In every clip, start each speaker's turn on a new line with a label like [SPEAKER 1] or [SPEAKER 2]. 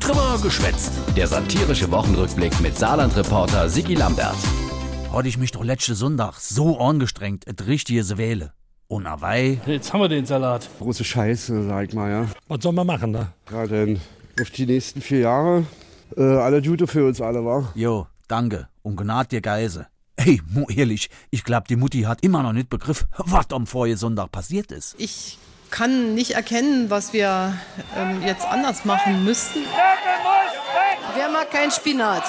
[SPEAKER 1] Trimmer geschwätzt. Der satirische Wochenrückblick mit Saarland-Reporter Sigi Lambert.
[SPEAKER 2] Hatte ich mich doch letzte Sonntag so angestrengt, et richtige Seele. Und awei,
[SPEAKER 3] Jetzt haben wir den Salat.
[SPEAKER 4] große Scheiße, sag ich mal, ja.
[SPEAKER 5] Was soll man machen, ne?
[SPEAKER 4] Ja, denn auf die nächsten vier Jahre. Äh, alle Jute für uns alle, wa?
[SPEAKER 2] jo, danke und gnad dir Geise. Ey, mo ehrlich, ich glaub, die Mutti hat immer noch nicht begriffen, was am vorigen Sonntag passiert ist.
[SPEAKER 6] ich kann nicht erkennen, was wir ähm, jetzt anders machen müssten. Wer mag kein Spinat?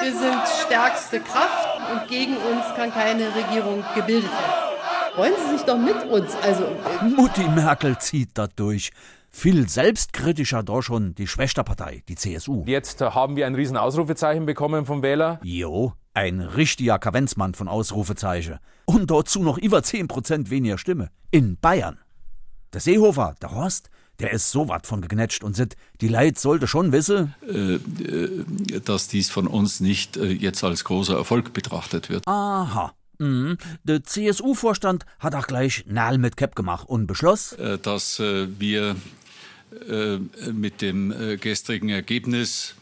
[SPEAKER 6] Wir sind stärkste Kraft und gegen uns kann keine Regierung gebildet werden. Freuen Sie sich doch mit uns. Also äh,
[SPEAKER 2] Mutti Merkel zieht da durch. Viel selbstkritischer da schon die Schwesterpartei, die CSU.
[SPEAKER 7] Jetzt äh, haben wir ein riesen Ausrufezeichen bekommen vom Wähler.
[SPEAKER 2] Jo, ein richtiger Kavenzmann von Ausrufezeichen. Und dazu noch über 10% weniger Stimme. In Bayern. Der Seehofer, der Horst, der ist so wat von gegnetscht und sit, die Leid sollte schon wissen.
[SPEAKER 8] äh, dass dies von uns nicht äh, jetzt als großer Erfolg betrachtet wird.
[SPEAKER 9] Ah.
[SPEAKER 2] Aha. Mhm. Der CSU-Vorstand hat auch gleich Nal mit Cap gemacht und beschloss,
[SPEAKER 8] Äh, dass äh, wir äh, mit dem äh, gestrigen Ergebnis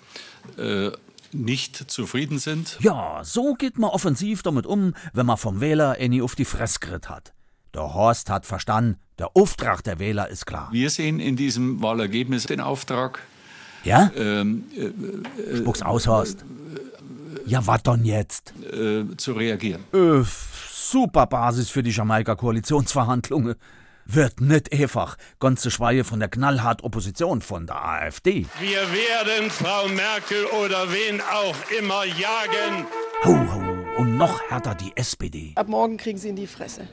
[SPEAKER 8] äh, nicht zufrieden sind.
[SPEAKER 2] ja, so geht man offensiv damit um, wenn man vom Wähler any auf die Fress geritt hat. Der Horst hat verstanden, der Auftrag der Wähler ist klar.
[SPEAKER 8] Wir sehen in diesem Wahlergebnis den Auftrag,
[SPEAKER 2] Ja?
[SPEAKER 8] ähm,
[SPEAKER 2] Spuck's aus, Horst. Ja, wat dann jetzt?
[SPEAKER 8] äh, zu reagieren.
[SPEAKER 2] Äh, super Basis für die Jamaika-Koalitionsverhandlungen. Wird nicht einfach, ganz zu schweigen von der knallhart Opposition von der AfD.
[SPEAKER 10] Wir werden Frau Merkel oder wen auch immer jagen.
[SPEAKER 2] Ho, ho, und noch härter die SPD.
[SPEAKER 6] ab morgen kriegen Sie in die Fresse.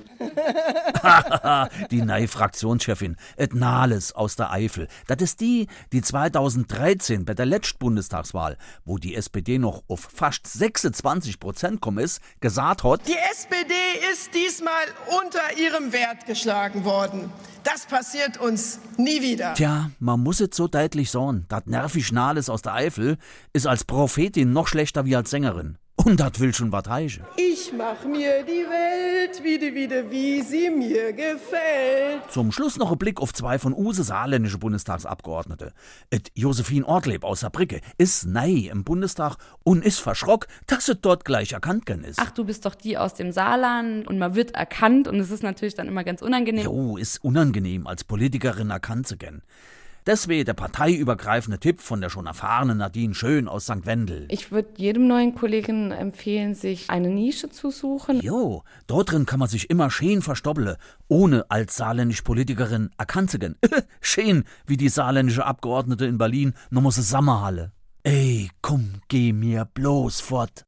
[SPEAKER 2] Ah, Die neue Fraktionschefin, Ed Nahles aus der Eifel. Das ist die, die 2013 bei der letzten Bundestagswahl, wo die SPD noch auf fast 26 Prozent kommen ist, gesagt hat,
[SPEAKER 11] Die SPD ist diesmal unter ihrem Wert geschlagen worden. Das passiert uns nie wieder.
[SPEAKER 2] Tja, man muss es so deutlich sagen, dat nervig Nahles aus der Eifel ist als Prophetin noch schlechter wie als Sängerin. Und dat will schon wat heißen.
[SPEAKER 11] Ich mach mir die Welt wieder, wieder, wie sie mir gefällt.
[SPEAKER 2] Zum Schluss noch ein Blick auf zwei von Use saarländische Bundestagsabgeordnete. Et Josephine Ortleb aus Saarbrücke ist nei im Bundestag und ist verschrock, dass es dort gleich erkannt gen ist.
[SPEAKER 9] ach, du bist doch die aus dem Saarland und man wird erkannt und es ist natürlich dann immer ganz unangenehm.
[SPEAKER 2] Jo, oh, ist unangenehm, als Politikerin erkannt zu gen. Deswegen der parteiübergreifende Tipp von der schon erfahrenen Nadine Schön aus St. Wendel.
[SPEAKER 9] Ich würde jedem neuen Kollegen empfehlen, sich eine Nische zu suchen.
[SPEAKER 2] Jo, dort drin kann man sich immer schön verstoppele, ohne als saarländische Politikerin erkannt zu gehen. schön, wie die saarländische Abgeordnete in Berlin, noch muss es Sommerhalle. Ey, komm, geh mir bloß fort.